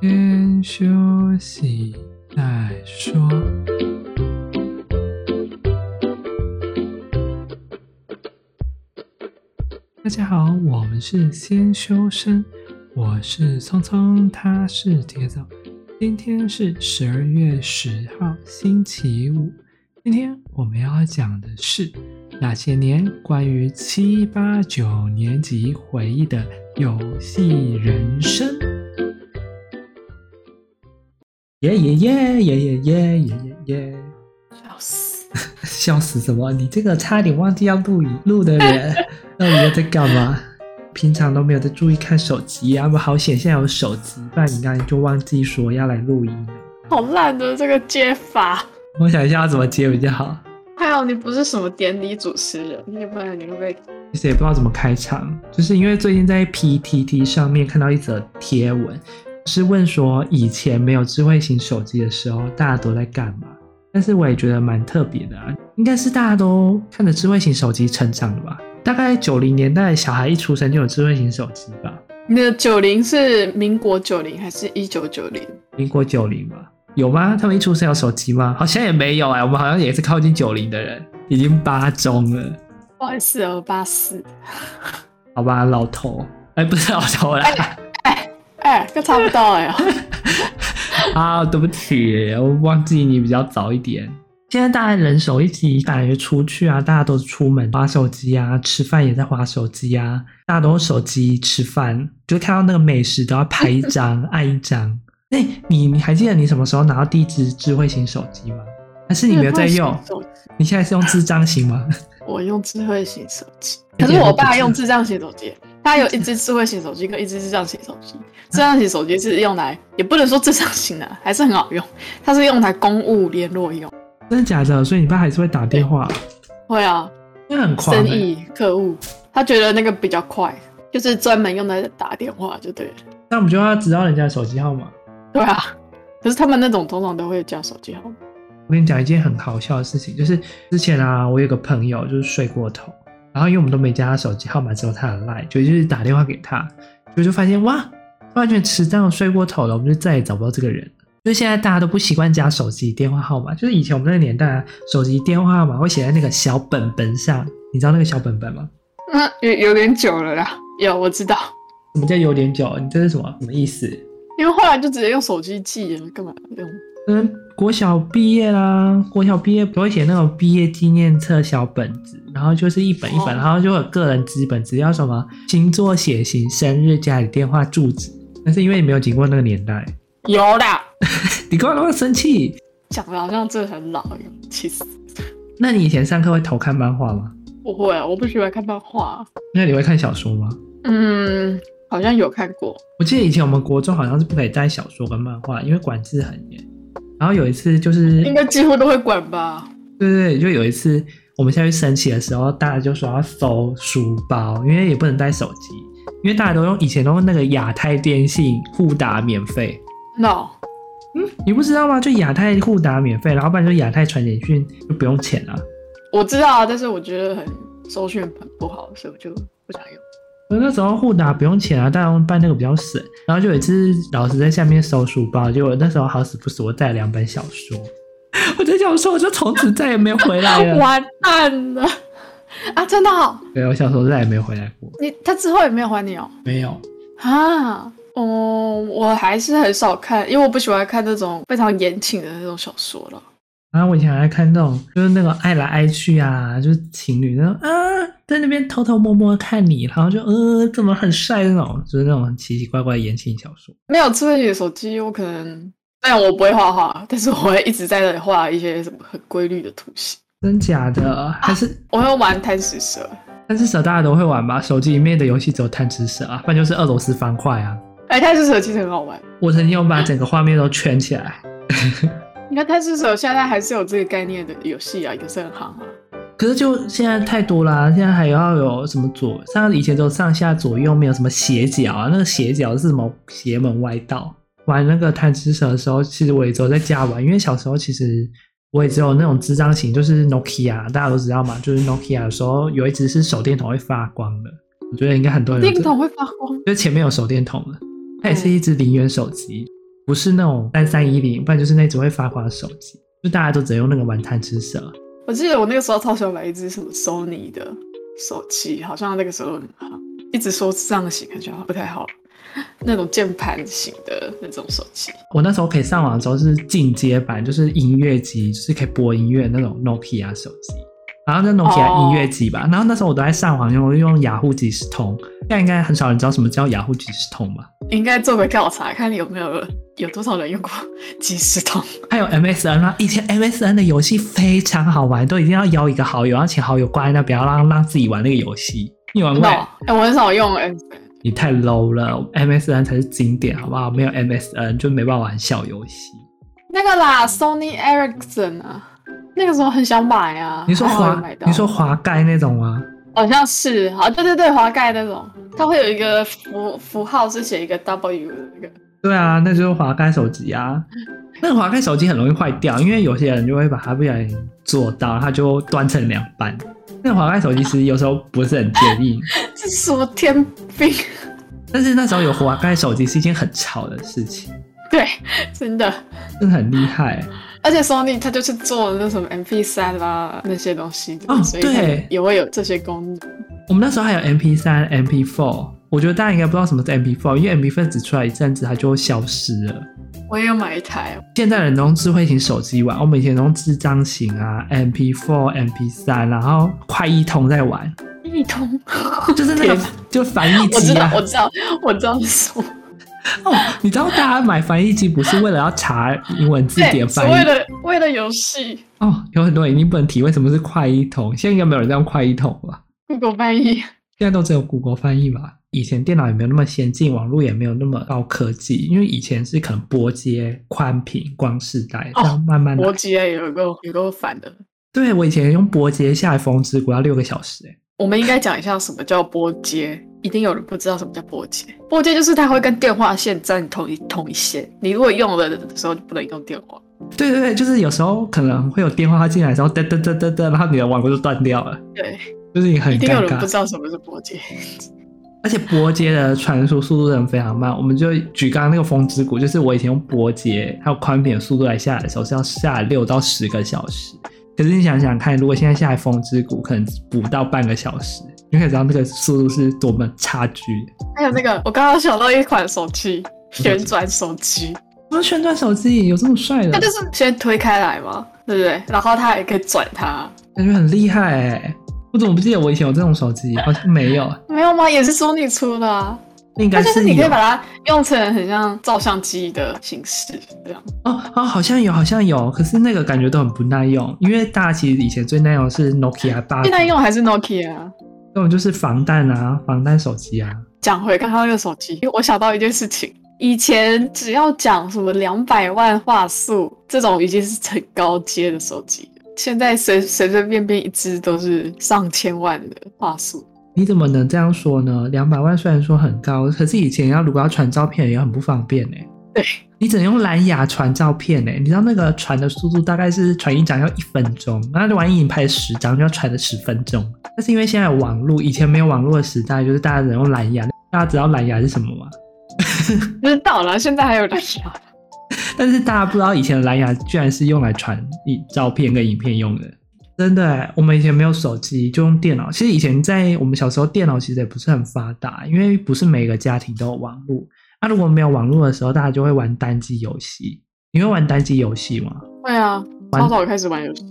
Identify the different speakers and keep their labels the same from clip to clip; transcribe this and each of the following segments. Speaker 1: 先休息再说。大家好，我们是先修身，我是聪聪，他是铁总。今天是十二月十号，星期五。今天我们要讲的是那些年关于七八九年级回忆的游戏人生。耶耶耶耶耶耶耶耶耶！
Speaker 2: 笑死！
Speaker 1: 笑死什么？你这个差点忘记要录影录的人，到底又在干嘛？平常都没有在注意看手机，要不好险现在有手机，不然你刚才就忘记说要来录音了。
Speaker 2: 好烂的这个接法！
Speaker 1: 我想一下要怎么接比较好，
Speaker 2: 还好你不是什么典礼主持人，要不然你会被……
Speaker 1: 其实也不知道怎么开场，就是因为最近在 PTT 上面看到一则贴文，是问说以前没有智慧型手机的时候，大家都在干嘛？但是我也觉得蛮特别的啊，应该是大家都看着智慧型手机成长的吧。大概九零年代小孩一出生就有智慧型手机吧，
Speaker 2: 你的九零是民国九零还是一九九零？
Speaker 1: 民国九零吧？有吗？他们一出生有手机吗？好像也没有哎、我们好像也是靠近九零的人，已经八中了，
Speaker 2: 不好意思哦，八四。
Speaker 1: 好吧，老头，哎、不是老头啦。
Speaker 2: 哎，又差不多哎、
Speaker 1: 啊，对不起，我忘记你比较早一点。现在大家人手一机，感觉出去啊，大家都出门划手机啊，吃饭也在划手机啊，大家都用手机吃饭，就看到那个美食都要拍一张、按一张。 哎、你你还记得你什么时候拿到第一只智慧型手机吗？还是你没有在用？
Speaker 2: 手机
Speaker 1: 你现在是用智障型吗？
Speaker 2: 我用智慧型手机，
Speaker 1: 有
Speaker 2: 可
Speaker 1: 点
Speaker 2: 是我
Speaker 1: 不
Speaker 2: 爸
Speaker 1: 智
Speaker 2: 用智障型手机，他有一只智慧型手 机跟一只智障型手机。智障型手机是用来，也不能说智障型啊，还是很好用，它是用来公务联络用。
Speaker 1: 真的假的？所以你爸还是会打电话，
Speaker 2: 会啊，
Speaker 1: 那很狂、
Speaker 2: 生
Speaker 1: 欸。
Speaker 2: 意客户，他觉得那个比较快，就是专门用来打电话就对了。
Speaker 1: 那我们就要知道人家的手机号码。
Speaker 2: 对啊，可是他们那种通常都会加手机号码。
Speaker 1: 我跟你讲一件很好笑的事情，就是之前啊，我有个朋友就是睡过头，然后因为我们都没加他手机号码，只有他的 line，就就是打电话给他，就就发现哇，他完全迟到睡过头了，我们就再也找不到这个人了。就现在大家都不习惯加手机电话号码，就是以前我们那个年代、啊，手机电话号码会写在那个小本本上，你知道那个小本本吗？
Speaker 2: 嗯，有有点久了啦，有我知道，
Speaker 1: 什么叫有点久？你这是什么什么意思？
Speaker 2: 因为后来就直接用手机记了，干嘛用？
Speaker 1: 嗯，国小毕业啦，国小毕业不会写那种毕业纪念册小本子，然后就是一本一本，
Speaker 2: 哦
Speaker 1: 然后就有个人资本，只要什么星座、血型、生日、家里电话、住址。但是因为你没有经过那个年代，
Speaker 2: 有啦，
Speaker 1: 你干嘛那么生气？
Speaker 2: 讲的好像真的很老一样，其实
Speaker 1: 那你以前上课会偷看漫画吗？
Speaker 2: 不会啊，我不喜欢看漫画。
Speaker 1: 那你会看小说吗？
Speaker 2: 嗯，好像有看过，
Speaker 1: 我记得以前我们国中好像是不可以带小说跟漫画，因为管制很严。然后有一次就是
Speaker 2: 嗯应该几乎都会管吧。
Speaker 1: 对对，对，就有一次我们下去升旗的时候，大家就说要搜书包，因为也不能带手机，因为大家都用以前都用那个亚太电信互打免费，
Speaker 2: No，
Speaker 1: 你不知道吗？就亚太互打免费，然后不然就亚太传简讯就不用钱了、
Speaker 2: 我知道啊，但是我觉得很收讯很不好，所以我就不想用。
Speaker 1: 我呃那时候互打不用钱啊，大家办那个比较省。然后就有一次老师在下面搜书包，结果那时候好死不死我带了两本小说， 我这小说我就从此再也没有回来了。
Speaker 2: 完蛋了嗯 啊！真的哦、
Speaker 1: 对，我小时候再也没有回来过，
Speaker 2: 你他之后也没有还你哦
Speaker 1: 没有。
Speaker 2: 啊？哦，我还是很少看，因为我不喜欢看那种非常严谨的那种小说了。
Speaker 1: 然后我以前还爱看那种，就是那个爱来爱去啊，就是情侣那种啊，在那边偷偷摸摸看你，然后就呃，怎么很帅那种，就是那种很奇奇怪怪的言情小说。
Speaker 2: 没有智慧型手机，我可能但我不会画画，但是我会一直在那里画一些什么很规律的图形。
Speaker 1: 真假的？还是
Speaker 2: 我会玩贪食蛇，
Speaker 1: 贪吃蛇大家都会玩吧？手机里面的游戏只有贪吃蛇啊，不然就是俄罗斯方块啊。
Speaker 2: 哎、贪食蛇其实很好玩。
Speaker 1: 我曾经有把整个画面都圈起来，
Speaker 2: 你看贪食蛇现在还是有这个概念的游戏啊，也是很行啊。
Speaker 1: 可是就现在太多啦、现在还要有什么左上以前只有上下左右，没有什么斜角啊，那个斜角是什么邪门歪道。玩那个贪吃蛇的时候，其实我也只有在家玩，因为小时候其实我也只有那种智障型，就是 Nokia，大家都知道嘛，就是 Nokia 有时候有一只是手电筒会发光的，我
Speaker 2: 嗯
Speaker 1: 觉得应该很多人有
Speaker 2: 电
Speaker 1: 这
Speaker 2: 筒会发光，
Speaker 1: 就前面有手电筒了，它也是一只零元手机，不不是那种三三一零，不然就是那种会发光的手机，就大家都只能用那个玩贪吃蛇。
Speaker 2: 我记得我那个时候超喜欢买一只什么 Sony 的手机，好像那个时候很好，一直说这样型感觉好像不太好， 那种键盘型的那种手机。
Speaker 1: 我那时候可以上网的时候是进阶版，就是音乐机，就是可以播音乐那种 Nokia 啊手机，然后那 Nokia 音乐机吧。然后那时候我都在上网用，我就用雅虎即时通。现在应该很少人知道什么叫雅虎即时通吧？
Speaker 2: 你应该做个调查，看有没有有多少人用过 即时通。
Speaker 1: 还有 MSN 啦，以前 MSN 的游戏非常好玩，都一定要邀一个好友，要请好友挂在那，不要让让自己玩那个游戏。你玩
Speaker 2: 真
Speaker 1: 过
Speaker 2: 的？哦，哎、我很少用 M，
Speaker 1: 你太 low 了，MSN 才是经典，好不好？没有 MSN 就没办法玩小游戏。
Speaker 2: 那个啦，Sony Ericsson 啊，那个时候很想买啊。
Speaker 1: 你说
Speaker 2: 还好有
Speaker 1: 滑
Speaker 2: 买，到
Speaker 1: 你说滑盖那种吗？
Speaker 2: 好像是，好，对对对，滑盖那种，它会有一个符符号是写一个 W 的那个。
Speaker 1: 对啊，那就是滑盖手机啊。 那个滑盖手机很容易坏掉，因为有些人就会把它不小心做到，它就断成两半。那个滑盖手机其实有时候不是很坚硬，
Speaker 2: 这是什么天兵？
Speaker 1: 但是那时候有滑盖手机是一件很潮的事情，
Speaker 2: 对，真的。
Speaker 1: 真的很厉害。
Speaker 2: 而且 Sony 它就是做那什么 MP 3啦啊那些东西的，
Speaker 1: 哦
Speaker 2: 所以
Speaker 1: 对
Speaker 2: 它也会有这些功能。
Speaker 1: 我们那时候还有 MP 三、MP four，我觉得大家应该不知道什么是 MP four，因为 MP four 只出来一阵子它就消失了。
Speaker 2: 我也有买一台，
Speaker 1: 现在人都用智慧型手机玩，我们以前都用智障型啊，MP four、MP 三，然后快一通在玩，
Speaker 2: 一通。
Speaker 1: 就是那个
Speaker 2: 天哪
Speaker 1: 就翻译
Speaker 2: 我知
Speaker 1: 机
Speaker 2: 道
Speaker 1: 啊，。
Speaker 2: 我知道，我知道是什么。
Speaker 1: 哦，你知道大家买翻译机不是为了要查英文字典
Speaker 2: 对，是
Speaker 1: 翻
Speaker 2: 为
Speaker 1: 译
Speaker 2: 了为了游戏
Speaker 1: 哦，有很多人已经不能体会什么是快译通，现在应该没有人在用快译通吧？
Speaker 2: Google 翻译。
Speaker 1: 现在都只有谷歌翻译吧。以前电脑也没有那么先进，网络也没有那么高科技，因为以前是可能拨接、宽屏、光世代，这样慢慢的。
Speaker 2: 哦我姐也啊有个有个反的。
Speaker 1: 对我以前用拨接下来风之谷要六个小时、欸，
Speaker 2: 我们应该讲一下什么叫波接，一定有人不知道什么叫波接。波接就是它会跟电话线站同一同一线，你如果用了的时候就不能用电话。
Speaker 1: 对对对，就是有时候可能会有电话进来的时候，噔噔噔噔噔，然后你的网络就断掉了，
Speaker 2: 对，
Speaker 1: 就是你很
Speaker 2: 一定
Speaker 1: 尴
Speaker 2: 有人不
Speaker 1: 尬。
Speaker 2: 知道什么是波接。
Speaker 1: 而且拨接的传输速度真的非常慢。我们就举刚刚那个风之谷，就是我以前用拨接还有宽屏的速度来下载的时候，是要下载六到十个小时。可是你想想看，如果现在下载风之谷，可能不到半个小时，你可以知道那个速度是多么差距。
Speaker 2: 还有那个，我刚刚想到一款手机，
Speaker 1: 嗯
Speaker 2: 旋转手机，
Speaker 1: 什么旋转手机有这么帅的
Speaker 2: 它就？是先推开来嘛，对不对？然后它还可以转它，
Speaker 1: 感觉很厉害哎、我怎么不记得我以前有这种手机？好像没有，
Speaker 2: 没有吗？也是 Sony 出的啊。
Speaker 1: 那应
Speaker 2: 它
Speaker 1: 该
Speaker 2: 就是
Speaker 1: 是
Speaker 2: 你可以
Speaker 1: 有
Speaker 2: 把它用成很像照相机的形式这样。
Speaker 1: 哦哦，好像有，好像有，可是那个感觉都很不耐用，因为大家其实以前最耐用的是 Nokia 八，
Speaker 2: 现在用还是 Nokia 啊。
Speaker 1: 那种就是防弹啊，防弹手机啊。
Speaker 2: 讲回刚刚那个手机，我想到一件事情，以前只要讲什么两百万画素这种已经是很高阶的手机了，现在随随随便便一只都是上千万的画素。
Speaker 1: 你怎么能这样说呢？两百万虽然说很高，可是以前要如果要传照片也很不方便呢、
Speaker 2: 对，
Speaker 1: 你只能用蓝牙传照片呢、欸你知道那个传的速度大概是传一张要一分钟，那万一你拍十张就要传了十分钟。但是因为现在有网络，以前没有网络的时代，就是大家只能用蓝牙。大家知道蓝牙是什么吗？
Speaker 2: 不知道了，现在还有人要。
Speaker 1: 但是大家不知道，以前的蓝牙居然是用来传影照片跟影片用的。真的欸，我们以前没有手机，就用电脑。其实以前在我们小时候，电脑其实也不是很发达，因为不是每个家庭都有网络。那、如果没有网络的时候，大家就会玩单机游戏。你会玩单机游戏吗？
Speaker 2: 对啊，超早开始玩游戏，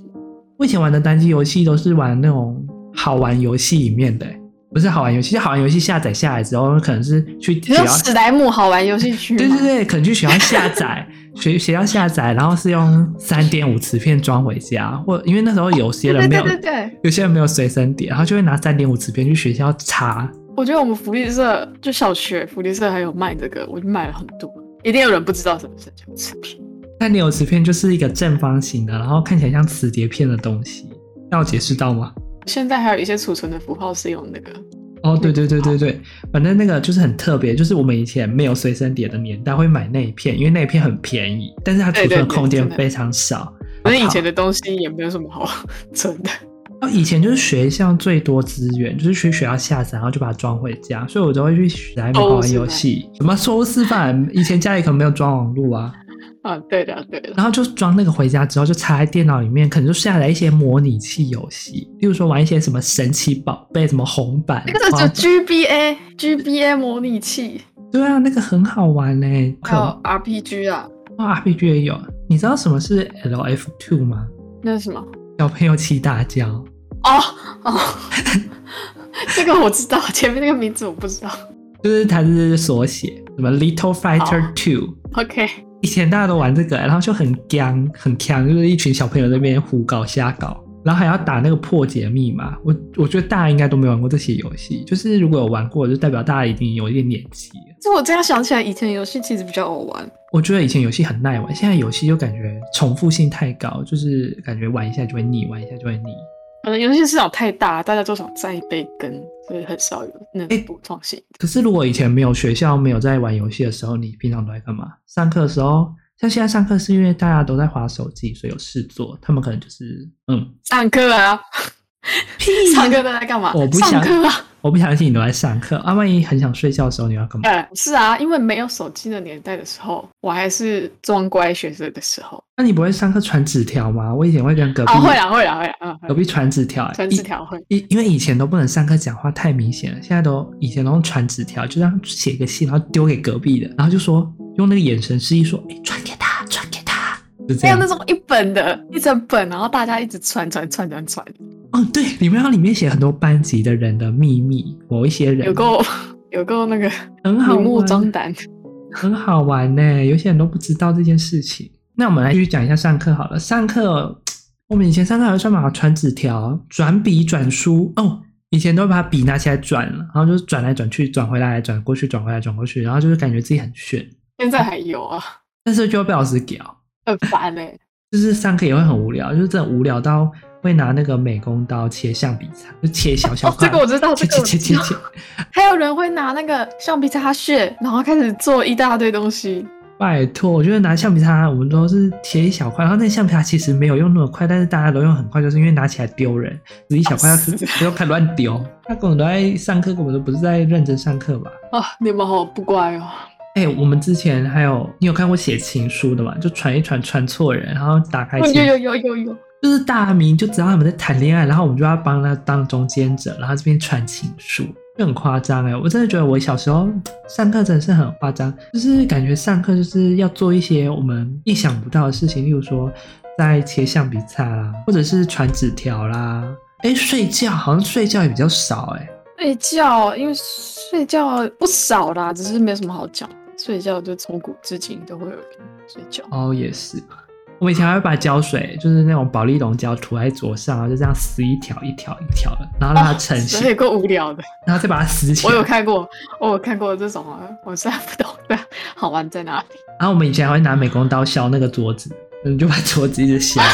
Speaker 1: 我以前玩的单机游戏都是玩那种好玩游戏里面的欸、不是好玩游戏，就好玩游戏下载下来之后，可能是去
Speaker 2: 你
Speaker 1: 只
Speaker 2: 说
Speaker 1: 要
Speaker 2: 史莱姆好玩游戏区吗？
Speaker 1: 对对对，可能去学校下 载，学学校下载，然后是用三点五磁片装回家，或因为那时候有些人
Speaker 2: 对
Speaker 1: 没
Speaker 2: 对
Speaker 1: 有，
Speaker 2: 对对对
Speaker 1: 有些人没有随身碟，然后就会拿三点五磁片去学校查。
Speaker 2: 我觉得我们福利社就小学福利社还有卖这个，我就买了很多。一定有人不知道什么是这个
Speaker 1: 三点五磁片就是一个正方形的，然后看起来像磁碟片的东西，要解释到吗？
Speaker 2: 现在还有一些储存的符号是用那个
Speaker 1: 哦，对对对对对，反正那个就是很特别，就是我们以前没有随身碟的年代会买那一片，因为那一片很便宜，但是它储
Speaker 2: 对对
Speaker 1: 存的
Speaker 2: 对
Speaker 1: 空间
Speaker 2: 真的
Speaker 1: 非常少。
Speaker 2: 反正以前的东西也没有什么好存的。
Speaker 1: 哦，以前就是学校最多资源，就是去学校下载，然后就把它装回家，所以我都会去史莱姆好玩游戏。什么收视版？以前家里可能没有装网络啊，
Speaker 2: 啊，对的，对的，
Speaker 1: 然后就装那个回家之后，就插在电脑里面，可能就下载一些模拟器游戏，例如说玩一些什么神奇宝贝、什么红版。
Speaker 2: 那个
Speaker 1: 花
Speaker 2: 就 GBA GBA 模拟器，
Speaker 1: 对啊，那个很好玩嘞、
Speaker 2: 还
Speaker 1: 可
Speaker 2: 有 RPG 啊，
Speaker 1: 哦 RPG 也有。你知道什么是 LF two 吗？
Speaker 2: 那是什么？
Speaker 1: 小朋友骑大跤。
Speaker 2: 哦 哦，这个我知道，前面那个名字我不知道。
Speaker 1: 就是它是缩写，什么 Little Fighter Two。
Speaker 2: OK，
Speaker 1: 以前大家都玩这个，然后就很僵很僵，就是一群小朋友在那边胡搞瞎搞，然后还要打那个破解密码。我我觉得大家应该都没玩过这些游戏，就是如果有玩过，就代表大家一定有一点年纪了。
Speaker 2: 就我这样想起来，以前游戏其实比较好玩。
Speaker 1: 我觉得以前游戏很耐玩，现在游戏就感觉重复性太高，就是感觉玩一下就会腻，玩一下就会腻。
Speaker 2: 可能游戏市场太大，大家都想再一杯羹，所以很少有那
Speaker 1: 哎
Speaker 2: 种创新。
Speaker 1: 可是如果以前没有学校没有在玩游戏的时候，你平常都在干嘛？上课的时候，像现在上课是因为大家都在划手机，所以有事做，他们可能就是嗯，
Speaker 2: 上课啊，上课都在干嘛？
Speaker 1: 我不
Speaker 2: 上
Speaker 1: 想
Speaker 2: 课啊。
Speaker 1: 我不相信你都在上课啊，万一很想睡觉的时候你要干嘛？
Speaker 2: 哎，是啊，因为没有手机的年代的时候，我还是装乖学生的时候。
Speaker 1: 那你不会上课传纸条吗？我以前会跟隔壁、
Speaker 2: 啊，会啊，会啊，会啊，嗯
Speaker 1: 隔
Speaker 2: 会
Speaker 1: 壁传纸条、欸，
Speaker 2: 传纸条会。
Speaker 1: 因。因因为以前都不能上课讲话太明显了，现在都以前都用传纸条，就这样写个信，然后丢给隔壁的，然后就说用那个眼神示意说，哎、传给他，传给他，就这
Speaker 2: 还
Speaker 1: 样
Speaker 2: 有那。种一本的，一整本，然后大家一直传传传传传，
Speaker 1: 哦，对，里面要里面写很多班级的人的秘密，某一些人
Speaker 2: 有够有够那个
Speaker 1: 很好
Speaker 2: 明目
Speaker 1: 玩啊
Speaker 2: 张胆。
Speaker 1: 很好玩呢，有些人都不知道这件事情。那我们来继续讲一下上课好了。上课，我们以前上课还会算嘛，传纸条、转笔、转书哦。以前都会把笔拿起来转，然后就是转来转去，转回来，转过去，转回来，转过去，然后就是感觉自己很炫，
Speaker 2: 现在还有啊，
Speaker 1: 但是就会被老师屌。
Speaker 2: 很烦哎、
Speaker 1: 就是上课也会很无聊，就是真的无聊到会拿那个美工刀切橡皮擦，就切小小
Speaker 2: 哦，
Speaker 1: 块、
Speaker 2: 这个我知道，
Speaker 1: 切
Speaker 2: 这个
Speaker 1: 切
Speaker 2: 我
Speaker 1: 切
Speaker 2: 知
Speaker 1: 切
Speaker 2: 道。
Speaker 1: 切，
Speaker 2: 还有人会拿那个橡皮擦屑，然后开始做一大堆东西。
Speaker 1: 拜托，我觉得拿橡皮擦，我们都是切一小块，然后那橡皮擦其实没有用那么快，但是大家都用很快，就是因为拿起来丢人，只一小块，
Speaker 2: 啊
Speaker 1: 他他就开始乱 丢。他根本都在上课，根本都不是在认真上课吧？
Speaker 2: 啊，你们好不乖哦！
Speaker 1: 哎、我们之前还有，你有看过写情书的吗？就传一传，传错人，然后打开
Speaker 2: 有
Speaker 1: 情，
Speaker 2: 哦有有有有，
Speaker 1: 就是大明就知道他们在谈恋爱，然后我们就要帮他当中间者，然后这边传情书，就很夸张哎！我真的觉得我小时候上课真的是很夸张，就是感觉上课就是要做一些我们意想不到的事情，例如说在切橡皮擦啦，啊或者是传纸条啦。哎，睡觉好像睡觉也比较少哎，
Speaker 2: 睡觉，因为睡觉不少啦，只是没什么好讲。睡觉就从古至今都会有人睡觉。
Speaker 1: 哦也是。我们以前还会把胶水，就是那种保丽龙胶涂在桌上，然后就这样撕一条一条一条的，然后让它成型，
Speaker 2: 哦所以够无聊的。
Speaker 1: 然后再把它撕起
Speaker 2: 我
Speaker 1: 来。
Speaker 2: 有看过，我有看过这种啊，我实在不懂的 好玩在哪里。
Speaker 1: 然后我们以前还会拿美工刀削那个桌子，嗯，就把桌子一直削。
Speaker 2: 啊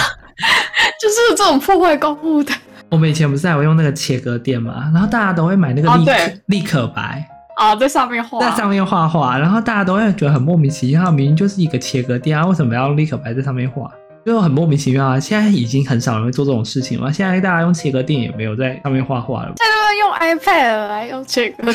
Speaker 2: 就是这种破坏公物的
Speaker 1: 我们以前不是还会用那个切割垫嘛，然后大家都会买那个
Speaker 2: 哦
Speaker 1: 立可、
Speaker 2: 对
Speaker 1: 立可白，
Speaker 2: 啊，在上面画。
Speaker 1: 在上面画画，然后大家都会觉得很莫名其妙，明明就是一个切割垫啊，为什么要用立可白在上面画？就很莫名其妙啊！现在已经很少人会做这种事情了，现在大家用切割垫也没有在上面画画了，
Speaker 2: 就是用 iPad 来用这个，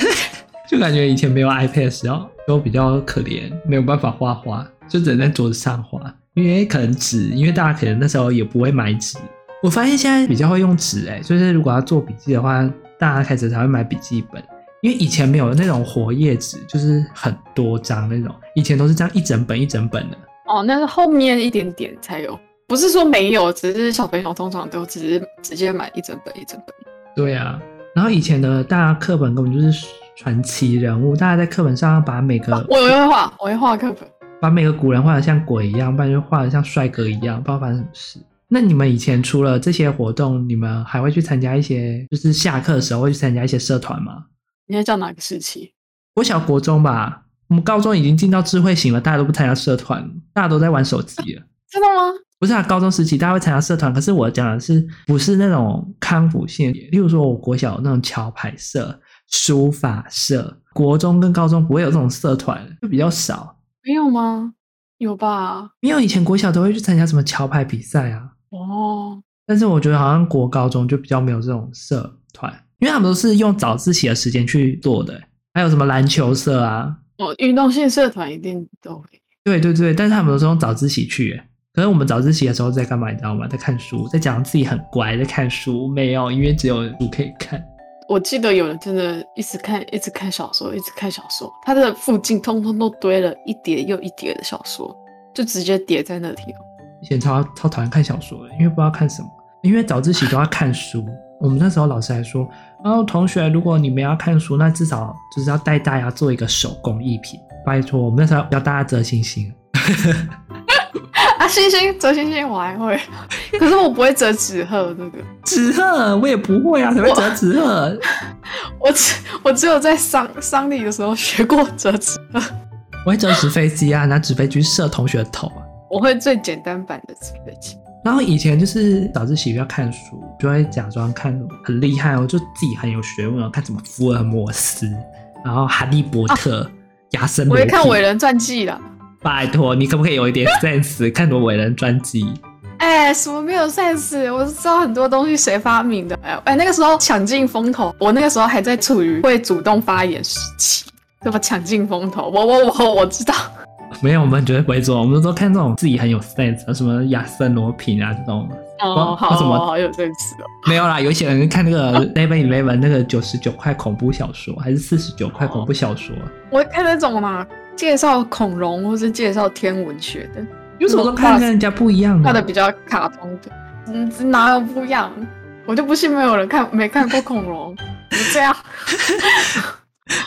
Speaker 1: 就感觉以前没有 iPad 的时候都比较可怜，没有办法画画，就只能在桌子上画，因为可能纸，因为大家可能那时候也不会买纸。我发现现在比较会用纸，哎，就是如果要做笔记的话，大家开始才会买笔记本，因为以前没有那种活页纸，就是很多张那种，以前都是这样一整本一整本的。
Speaker 2: 哦，那是后面一点点才有，不是说没有，只是小朋友通常都只是直接买一整本一整本。
Speaker 1: 对啊，然后以前的大家课本根本就是传奇人物，大家在课本上把每个
Speaker 2: 我会画，我会画课本，
Speaker 1: 把每个古人画得像鬼一样，不然就画得像帅哥一样，不知道发生什么事。那你们以前除了这些活动，你们还会去参加一些，就是下课的时候会去参加一些社团吗？
Speaker 2: 你要叫哪个时期？
Speaker 1: 国小、国中吧，我们高中已经进到智慧型了，大家都不参加社团，大家都在玩手机了。
Speaker 2: 真的吗？
Speaker 1: 不是啊，高中时期大家会参加社团，可是我讲的是不是那种康复性的？例如说，我国小有那种桥牌社、书法社，国中跟高中不会有这种社团，就比较少。
Speaker 2: 没有吗？有吧？
Speaker 1: 因为以前国小都会去参加什么桥牌比赛啊，
Speaker 2: 哦，
Speaker 1: 但是我觉得好像国高中就比较没有这种社团，因为他们都是用早自习的时间去做的、还有什么篮球社啊，
Speaker 2: 哦，运动性社团一定都会。
Speaker 1: 对对对，但是他们都是用早自习去耶，可是我们早自习的时候在干嘛，你知道吗？在看书，在讲自己很乖，在看书，没有，因为只有书可以看。
Speaker 2: 我记得有人真的一直看，一直看小说，一直看小说，他的附近通通都堆了一叠又一叠的小说，就直接叠在那里哦。
Speaker 1: 以前超超讨厌看小说的，因为不知道看什么，因为早自习都要看书。我们那时候老师还说，然、后同学，如果你们要看书，那至少就是要带大家做一个手工艺品。拜托，我们那时候要大家折星星，
Speaker 2: 啊，星星折星星我还会， 可是我不会折纸鹤那个，
Speaker 1: 纸鹤我也不会啊，谁会折纸鹤？
Speaker 2: 我只我只有在丧丧礼的时候学过折纸，
Speaker 1: 我会折纸飞机啊，拿纸飞机射同学的头啊。
Speaker 2: 我会最简单版的纸飞机。
Speaker 1: 然后以前就是早自习要看书，就会假装看很厉害哦，就自己很有学问哦，看什么福尔摩斯，然后哈利波特、亚森罗
Speaker 2: 哦我
Speaker 1: 平。
Speaker 2: 会看伟人传记啦。
Speaker 1: 拜托，你可不可以有一点 sense？看什么伟人传记？
Speaker 2: 哎、什么没有 sense？我知道很多东西谁发明的。哎、哎，那个时候抢尽风头，我那个时候还在处于会主动发言时期，对吧？抢尽风头，我我我我知道。
Speaker 1: 没有，我们绝对不会做，我们都看这种自己很有 sense，的什么亚森罗平啊这种。
Speaker 2: 哦，好
Speaker 1: 为什么
Speaker 2: 好好有 sense 哦。
Speaker 1: 没有啦，有一些人看那个 Eleven Eleven 那个九十九块恐怖小说，还是四十九块恐怖小说，
Speaker 2: 我看那种嘛，介绍恐龙或是介绍天文学的，
Speaker 1: 有什么都看跟人家不一样
Speaker 2: 画的
Speaker 1: 啊。
Speaker 2: 比较卡通的，嗯，哪有不一样？我就不信没有人看没看过 恐龙，怎么这样？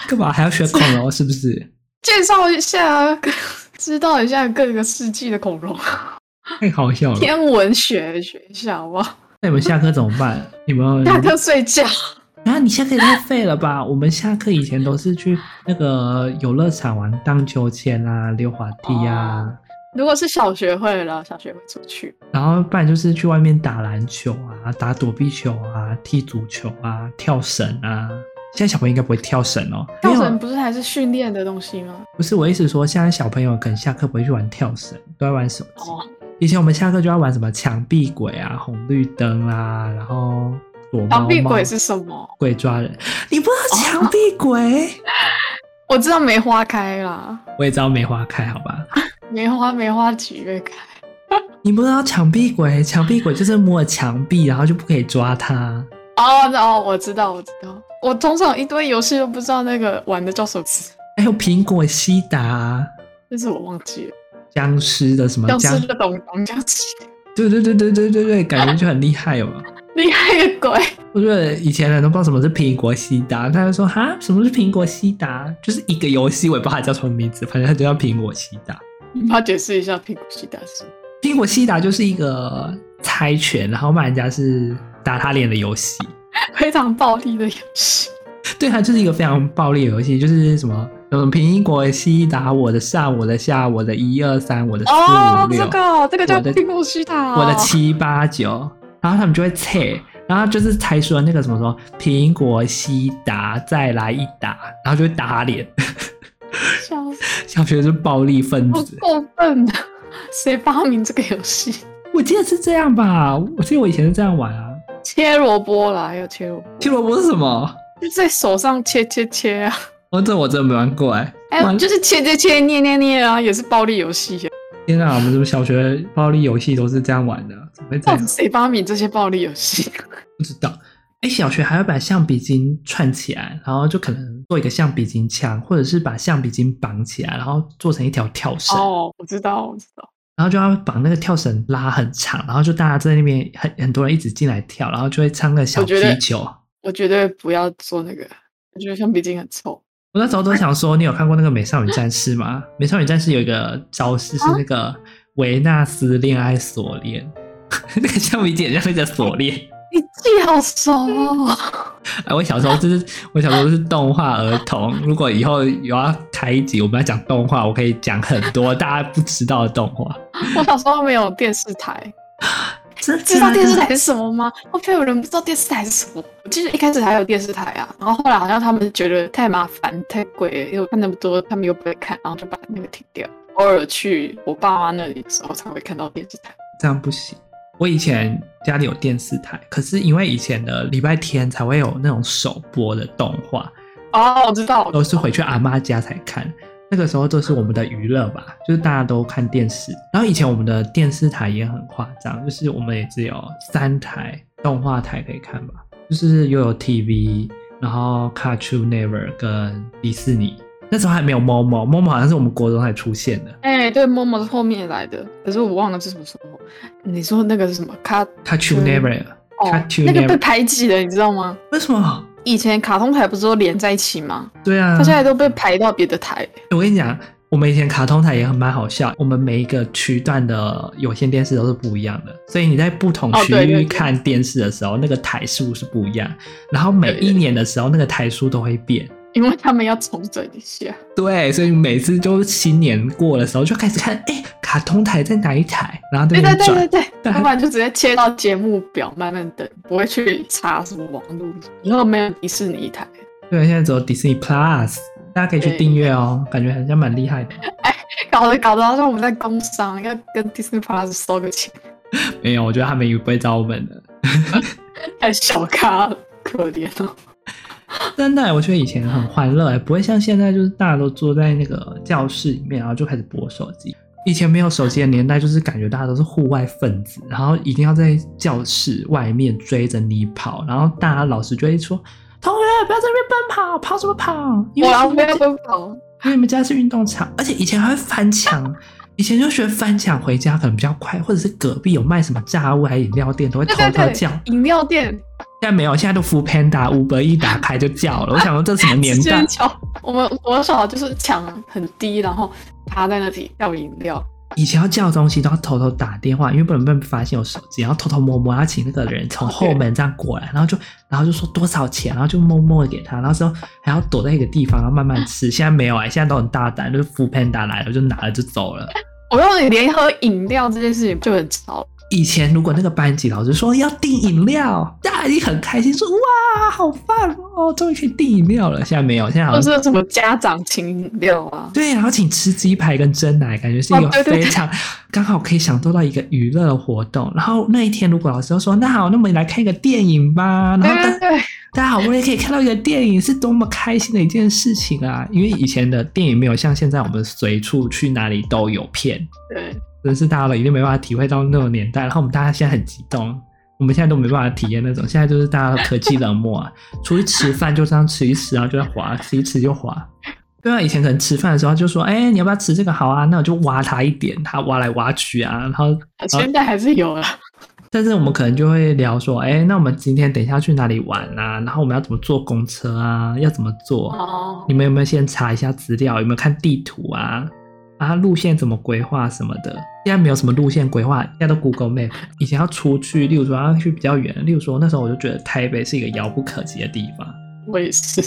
Speaker 1: 干嘛还要学恐 龙？是不是？
Speaker 2: 介绍一下， 知道一下各个世纪的恐
Speaker 1: 嗯
Speaker 2: 龙，
Speaker 1: 太好笑了。
Speaker 2: 天啊文学学一下好不好？
Speaker 1: 那你们下课怎么办？你 们
Speaker 2: 下课睡觉，
Speaker 1: 啊，你下课也太废了吧！我们下课以前都是去那个游乐场玩荡秋千啊、溜滑梯
Speaker 2: 哦
Speaker 1: 啊，
Speaker 2: 如果是小学会了，小学会出去。
Speaker 1: 然后不然就是去外面打篮球啊、打躲避球啊、踢足球啊、跳绳啊。现在小朋友应该不会跳绳哦，
Speaker 2: 跳
Speaker 1: 没有
Speaker 2: 绳不是还是训练的东西吗？
Speaker 1: 不是我意思说，现在小朋友可能下课不会去玩跳绳，都在玩手机。
Speaker 2: 哦，
Speaker 1: 以前我们下课就要玩什么墙壁鬼啊、红绿灯啊，然后躲猫猫。
Speaker 2: 墙壁鬼是什么？
Speaker 1: 鬼抓人，你不知道墙壁鬼？
Speaker 2: 哦我知道梅花开啦，
Speaker 1: 我也知道梅花开，好吧？
Speaker 2: 梅花梅花几月开？
Speaker 1: 你不知道墙壁鬼？墙壁鬼就是摸了墙壁，然后就不可以抓它。
Speaker 2: 哦哦，我知道，我知道。我通常一堆游戏都不知道那个玩的叫什么词，
Speaker 1: 还有苹果西达、
Speaker 2: 但是我忘记了，
Speaker 1: 僵尸的什么
Speaker 2: 僵
Speaker 1: 僵
Speaker 2: 尸？的懂懂僵尸，
Speaker 1: 对对对对对对对，感觉就很厉害哦。
Speaker 2: 厉害个鬼！
Speaker 1: 我觉得以前人都不知道什么是苹果西达，他就说哈，什么是苹果西达？就是一个游戏，我也不知道它叫什么名字，反正它就叫苹果西达。
Speaker 2: 你帮我解释一下屁股西大师。
Speaker 1: 苹果西达就是一个猜拳，然后骂人家是打他脸的游戏。
Speaker 2: 非常暴力的游戏。
Speaker 1: 对，它就是一个非常暴力的游戏，就是什么什么苹果西打我的上，我的下，我的一二三，我的四
Speaker 2: 哦
Speaker 1: 五，
Speaker 2: 这
Speaker 1: 六，
Speaker 2: 个这个叫
Speaker 1: 我的
Speaker 2: 屁股西哦塔，
Speaker 1: 我的七八九，然后他们就会猜，然后就是猜说那个什么什么苹果西打再来一打，然后就会打脸。
Speaker 2: 笑 死，
Speaker 1: 小学是暴力分
Speaker 2: 好
Speaker 1: 子，
Speaker 2: 过分啊！ 谁发明这个游戏？
Speaker 1: 我记得是这样吧？我记得我以前是这样玩啊。
Speaker 2: 切萝卜啦，还有切萝卜，
Speaker 1: 切萝卜是什么？
Speaker 2: 就在手上切切切啊！
Speaker 1: 哦，这我真的没玩过哎、
Speaker 2: 哎、
Speaker 1: 玩
Speaker 2: 就是切切切、捏捏捏啊，也是暴力游戏啊。
Speaker 1: 天啊，我们怎么小学暴力游戏都是这样玩的？怎么会这
Speaker 2: 到
Speaker 1: 样
Speaker 2: 底？谁发明这些暴力游 戏？
Speaker 1: 不知道。哎，小学还要把橡皮筋串起来，然后就可能做一个橡皮筋枪，或者是把橡皮筋绑起来，然后做成一条跳绳，
Speaker 2: 哦，我知道，我知道。
Speaker 1: 然后就要把那个跳绳拉很长，然后就大家在那边很很多人一直进来跳，然后就会唱个小
Speaker 2: 我觉得
Speaker 1: 皮球。
Speaker 2: 我绝对不要做那个，我觉得橡皮筋很臭。
Speaker 1: 我那时候都想说，你有看过那个《美少女战士》 吗？《美少女战士》有一个招式
Speaker 2: 啊
Speaker 1: 是那个维纳斯恋爱锁链， 那个橡皮筋很像那个锁链。
Speaker 2: 你记好熟哦！
Speaker 1: 哎，我小时候就是我小时候是动画儿童。如果以后有要开一集，我们要讲动画，我可以讲很多大家不知道的动画。
Speaker 2: 我小时候没有电视台，
Speaker 1: 真
Speaker 2: 知道电视台是什么吗？会不会有人不知道电视台是什么？我记得一开始还有电视台啊，然后后来好像他们觉得太麻烦、太贵，又看那么多，他们又不会看，然后就把那个停掉。偶尔去我爸妈那里的时候才会看到电视台。
Speaker 1: 这样不行。我以前家里有电视台，可是因为以前的礼拜天才会有那种首播的动画，
Speaker 2: 哦，我知道，
Speaker 1: 都是回去阿妈家才看。但那个时候就是我们的娱乐吧，就是大家都看电视。然后以前我们的电视台也很夸张，就是我们也只有三台动画台可以看吧，就是又有 TV，然后 Cartoon Network 跟迪士尼。那时候还没有 Momo，Momo 好像是我们国中才出现的。
Speaker 2: 哎、对，Momo 是后面来的，可是我忘了是什么时候。你说那个是什么卡？
Speaker 1: Cartoon
Speaker 2: 嗯
Speaker 1: Network，
Speaker 2: 哦
Speaker 1: Cartoon，
Speaker 2: 那个
Speaker 1: Network
Speaker 2: 被排挤了，你知道吗？
Speaker 1: 为什么？
Speaker 2: 以前卡通台不是都连在一起吗？
Speaker 1: 对啊，
Speaker 2: 它现在都被排到别的台。
Speaker 1: 我跟你讲，我们以前卡通台也很蛮好笑。我们每一个区段的有线电视都是不一样的，所以你在不同
Speaker 2: 哦
Speaker 1: 区
Speaker 2: 对对
Speaker 1: 域
Speaker 2: 对
Speaker 1: 看电视的时候，那个台数是不一样。然后每一年的时候，那个台数都会变。
Speaker 2: 因为他们要重整一下。
Speaker 1: 对，所以每次都是新年过的时候就开始看，哎、卡通台在哪一台？然后在
Speaker 2: 对
Speaker 1: 那
Speaker 2: 对
Speaker 1: 边
Speaker 2: 对对
Speaker 1: 转。
Speaker 2: 对，要不然就直接切到节目表慢慢等，不会去查什么网络。以后没有迪士尼台，
Speaker 1: 对，现在只有 Disney Plus，大家可以去
Speaker 2: 对
Speaker 1: 订阅哦，感觉好像蛮厉害的。
Speaker 2: 搞得搞得好像我们在工商，要跟 Disney Plus 收个钱，
Speaker 1: 没有，我觉得他们也不会找我们的。
Speaker 2: 太哎小咖了，可怜哦。
Speaker 1: 真的，我觉得以前很欢乐，哎不会像现在就是大家都坐在那个教室里面，然后就开始播手机。以前没有手机的年代，就是感觉大家都是户外分子，然后一定要在教室外面追着你跑，然后大家老师就会说：“同学不要在那边奔跑，跑什么跑？因为
Speaker 2: 我要
Speaker 1: 你
Speaker 2: 不
Speaker 1: 们
Speaker 2: 要奔跑？
Speaker 1: 因为你们家是运动场，而且以前还会翻墙。”以前就学翻墙回家可能比较快，或者是隔壁有卖什么炸物还是饮料店都会偷
Speaker 2: 对对
Speaker 1: 偷
Speaker 2: 对
Speaker 1: 叫。
Speaker 2: 饮料店
Speaker 1: 现在没有，现在都 f o o Panda、Uber 一打开就叫了。我想说这什么年
Speaker 2: 直
Speaker 1: 代
Speaker 2: 接？抢。我们我小就是抢很低，然后趴在那里要饮料。
Speaker 1: 以前要叫东西都要偷偷打电话，因为不能被发现有手机，然后偷偷摸摸，要请那个人从后门这样过来，然后就然后就说多少钱，然后就默默的给他，然后之后还要躲在一个地方，然后慢慢吃。现在没有啊、现在都很大胆，就是副 panda 来了就拿了就走了。
Speaker 2: 我告诉你，连喝饮料这件事情就很吵。
Speaker 1: 以前如果那个班级老师说要订饮料，大家一定很开心，说哇好棒哦，终于可以订饮料了。现在没有，现在好
Speaker 2: 或
Speaker 1: 像
Speaker 2: 是什么家长请饮料啊，
Speaker 1: 对，然后请吃鸡排跟蒸奶，感觉是一个
Speaker 2: 哦对对
Speaker 1: 非
Speaker 2: 对
Speaker 1: 常刚好可以享受到一个娱乐的活动。然后那一天，如果老师就说：“那好，那我们来看一个电影吧。”然后
Speaker 2: 对对
Speaker 1: 大
Speaker 2: 对，
Speaker 1: 大家好不容易可以看到一个电影，是多么开心的一件事情啊！因为以前的电影没有像现在我们随处去哪里都有片，
Speaker 2: 对，
Speaker 1: 真是大家一定没办法体会到那种年代。然后我们大家现在很激动。我们现在都没办法体验那种，现在就是大家的科技冷漠啊，出去吃饭就这样吃一吃，然后就在滑，吃一吃就滑。对啊，以前可能吃饭的时候就说，哎、你要不要吃这个？好啊，那我就挖他一点，他挖来挖去啊。然后，
Speaker 2: 现在还是有啊啦。
Speaker 1: 但是我们可能就会聊说，哎、那我们今天等一下去哪里玩啊？然后我们要怎么坐公车啊？要怎么做？
Speaker 2: 哦
Speaker 1: 你，们有没有先查一下资料？有没有看地图啊？啊，路线怎么规划什么的？现在没有什么路线规划，现在都 Google Map。以前要出去，例如说要去比较远，例如说那时候我就觉得台北是一个遥不可及的地方，
Speaker 2: 我也是。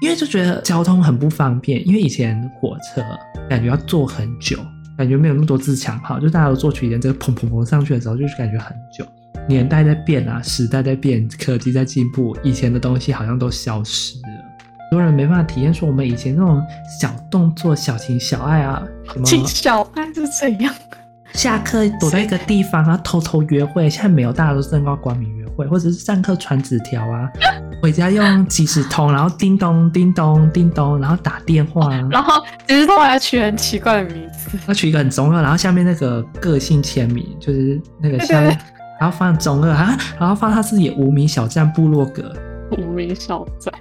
Speaker 1: 因为就觉得交通很不方便。因为以前火车感觉要坐很久，感觉没有那么多自强号，就大家都坐区间，这个砰砰砰上去的时候，就是感觉很久。年代在变啊，时代在变，科技在进步，以前的东西好像都消失了。很多人没办法体验说我们以前那种小动作、小情小爱啊，什
Speaker 2: 请
Speaker 1: 么
Speaker 2: 小爱是怎样？
Speaker 1: 下课躲在一个地方啊，偷偷约会。现在没有，大家都正高光明约会，或者是上课传纸条 啊，回家用即时通，然后叮咚叮咚叮咚，然后打电 话、啊。
Speaker 2: 然后其实都还取很奇怪的名字，
Speaker 1: 要取一个很中二，然后下面那个个性签名就是那个
Speaker 2: 对
Speaker 1: 下
Speaker 2: 对
Speaker 1: 面，然后放中二啊，然后放他自己的无名小站部落格。
Speaker 2: 无名小站。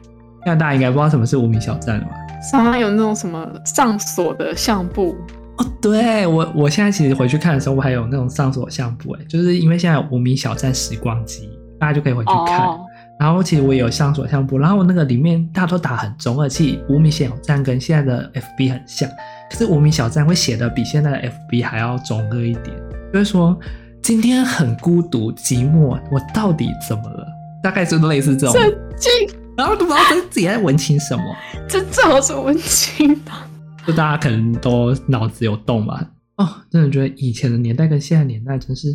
Speaker 1: 现在大家应该不知道什么是无名小站了吧？
Speaker 2: 常常有那种什么上锁的相簿，
Speaker 1: 哦，对我我现在其实回去看的时候，我还有那种上锁相簿，哎，就是因为现在有无名小站时光机，大家就可以回去看。
Speaker 2: 哦，
Speaker 1: 然后其实我也有上锁相簿，然后我那个里面大家都打很中二气，无名小站跟现在的 FB 很像，可是无名小站会写的比现在的 FB 还要中二一点，就会说今天很孤独寂寞，我到底怎么了？大概就是类似这种，
Speaker 2: 这
Speaker 1: 然后都不知道自己在文青什么，
Speaker 2: 这这有什么文青吧？
Speaker 1: 就大家可能都脑子有洞吧。哦，真的觉得以前的年代跟现在的年代真是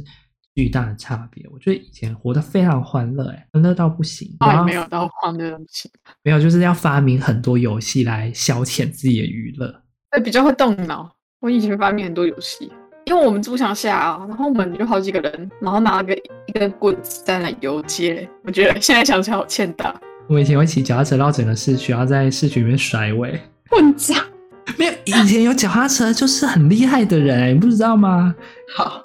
Speaker 1: 巨大的差别。我觉得以前活得非常欢乐、哎，欢乐到不行。然
Speaker 2: 也
Speaker 1: 后
Speaker 2: 哦没有到黄的东西，
Speaker 1: 没有，就是要发明很多游戏来消遣自己的娱乐。
Speaker 2: 对，比较会动脑。我以前发明很多游戏，因为我们住乡下啊，然后我们有好几个人，然后拿个一根棍子在那里游街。我觉得现在想起来好欠打，
Speaker 1: 我以前会骑脚踏车绕整个市区，然后在市区里面甩尾，
Speaker 2: 混账！
Speaker 1: 没有以前有脚踏车就是很厉害的人、欸你不知道吗？
Speaker 2: 好，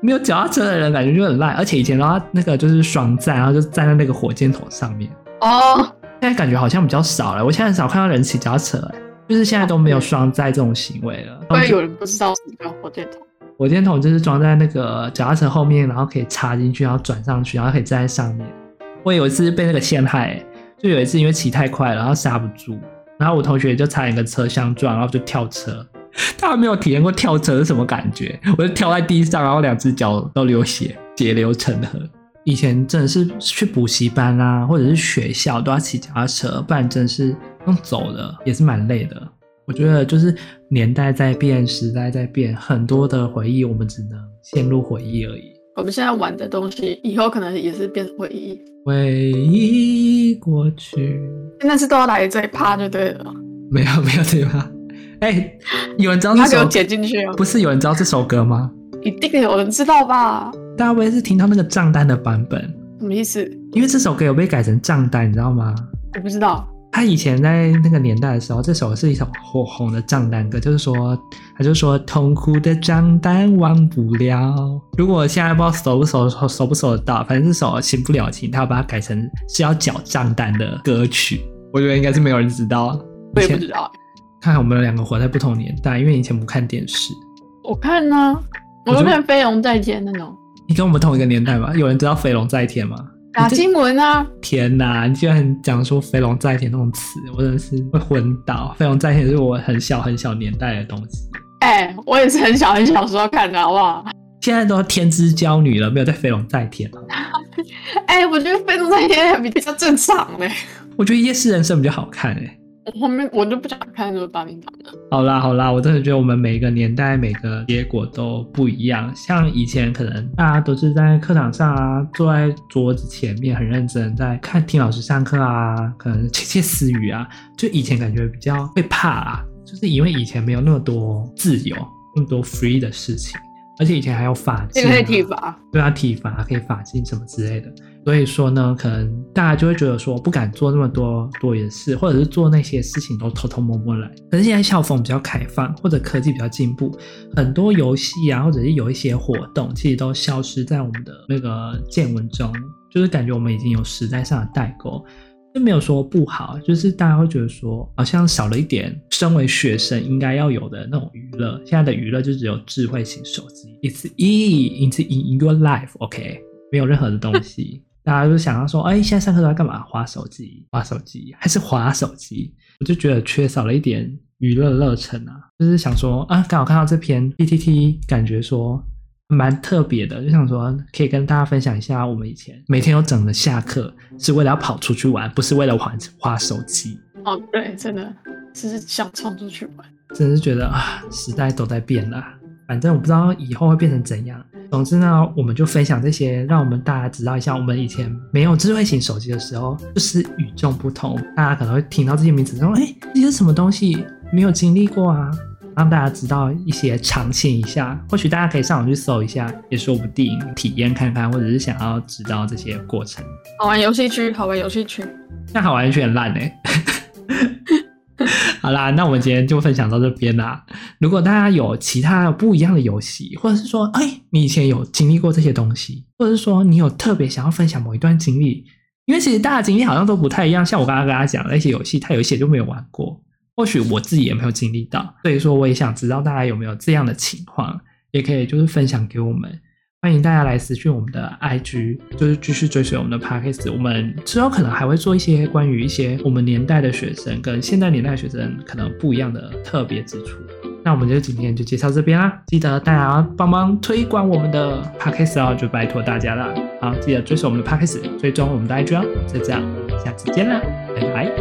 Speaker 1: 没有脚踏车的人感觉就很烂，而且以前的话那个就是爽站，然后就站在那个火箭筒上面。
Speaker 2: 哦，
Speaker 1: 现在感觉好像比较少了，我现在很少看到人骑脚踏车、哎，就是现在都没有双载这种行为了。
Speaker 2: 会有人不知道什么叫火箭筒？
Speaker 1: 火箭筒就是装在那个脚踏车后面，然后可以插进去，然后转上去，然后可以站在上面。我有一次被那个陷害，就有一次因为骑太快了，然后刹不住，然后我同学就差点跟车相撞，然后就跳车。 他还没有体验过跳车是什么感觉，我就跳在地上，然后两只脚都流血，血流成河。以前真的是去补习班啊，或者是学校都要骑脚踏车，不然真的是用走的也是蛮累的。我觉得就是年代在变，时代在变，很多的回忆我们只能陷入回忆而已。
Speaker 2: 我们现在玩的东西，以后可能也是变成回忆。
Speaker 1: 回忆过去，
Speaker 2: 但是都要来这一趴就对了，
Speaker 1: 没有没有对吧？哎、有人知道这
Speaker 2: 他给我
Speaker 1: 首
Speaker 2: 剪进去哦，
Speaker 1: 不是有人知道这首歌吗？
Speaker 2: 一定有人知道吧？
Speaker 1: 大家会是听到那个账单的版本，
Speaker 2: 什么意思？
Speaker 1: 因为这首歌有被改成账单，你知道吗？
Speaker 2: 我不知道。
Speaker 1: 他以前在那个年代的时候，这首是一首火红的账单歌，就是说，他就说痛苦的账单忘不了。如果现在不知道熟不熟熟熟不熟得到，反正这首行不了情，他要把它改成是要缴账单的歌曲。我觉得应该是没有人知道。
Speaker 2: 我也不知道，
Speaker 1: 看看我们两个活在不同年代，因为以前不看电视。
Speaker 2: 我看呢、
Speaker 1: 我
Speaker 2: 我
Speaker 1: 就
Speaker 2: 就看《飞龙在天》那种
Speaker 1: 你跟我们同一个年代吧？有人知道“飞龙在天”吗？
Speaker 2: 打新闻啊，
Speaker 1: 天呐，你居然讲说“飞龙在天”那种词，我真的是会昏倒。“飞龙在天”是我很小很小年代的东西。
Speaker 2: 哎、我也是很小很小时候看的，好不好？
Speaker 1: 现在都天之骄女了，没有在飞龙在天了。
Speaker 2: 哎、我觉得《飞龙在天》比较正常嘞、
Speaker 1: 我觉得《夜市人生》比较好看哎、
Speaker 2: 我后面我就不想看什么八点档了。
Speaker 1: 好啦好啦，我真的觉得我们每个年代每个结果都不一样。像以前可能大家都是在课堂上啊，坐在桌子前面很认真在看听老师上课啊，可能窃窃私语啊。就以前感觉比较会怕啊，就是因为以前没有那么多自由，那么多 free 的事情，而且以前还有法
Speaker 2: 这
Speaker 1: 禁、
Speaker 2: 个
Speaker 1: 啊。
Speaker 2: 可以体罚，
Speaker 1: 对啊，体罚可以罚金什么之类的。所以说呢，可能大家就会觉得说不敢做那么多多余的事，或者是做那些事情都偷偷摸摸来。可是现在校风比较开放，或者科技比较进步，很多游戏啊，或者是有一些活动，其实都消失在我们的那个见闻中，就是感觉我们已经有时代上的代沟。就没有说不好，就是大家会觉得说，好像少了一点身为学生应该要有的那种娱乐。现在的娱乐就只有智慧型手机，It's E, It's in your life，OK，、没有任何的东西。 大家就想要说，哎，现在上课都在干嘛？划手机，划手机，还是划手机？我就觉得缺少了一点娱乐热忱啊，就是想说啊，刚好看到这篇 PTT，感觉说蛮特别的，就想说可以跟大家分享一下，我们以前每天有整的下课是为了要跑出去玩，不是为了玩花手机。
Speaker 2: 哦，对，真的是想冲出去玩。
Speaker 1: 真的是觉得啊，时代都在变啦。反正我不知道以后会变成怎样。总之呢，我们就分享这些，让我们大家知道一下，我们以前没有智慧型手机的时候，就是与众不同。大家可能会听到这些名字，然后哎，诶这些是什么东西？没有经历过啊，让大家知道一些尝鲜一下。或许大家可以上网去搜一下，也说不定体验看看，或者是想要知道这些过程。
Speaker 2: 好玩游戏区，好玩游戏区。
Speaker 1: 那好玩却很烂哎、 好啦，那我们今天就分享到这边啦。如果大家有其他不一样的游戏，或者是说，哎，你以前有经历过这些东西，或者是说你有特别想要分享某一段经历，因为其实大家经历好像都不太一样。像我刚刚跟大家讲的那些游戏，它有一些就没有玩过，或许我自己也没有经历到，所以说我也想知道大家有没有这样的情况，也可以就是分享给我们。欢迎大家来私讯我们的 IG，就是继续追随我们的 Podcast。我们之后可能还会做一些关于一些我们年代的学生跟现在年代的学生可能不一样的特别之处。那我们就今天就介绍这边啦，记得大家帮忙推广我们的 Podcast 哦，就拜托大家啦。好，记得追随我们的 Podcast，追踪我们的 IG 哦。就这样，我们下次见啦，拜拜。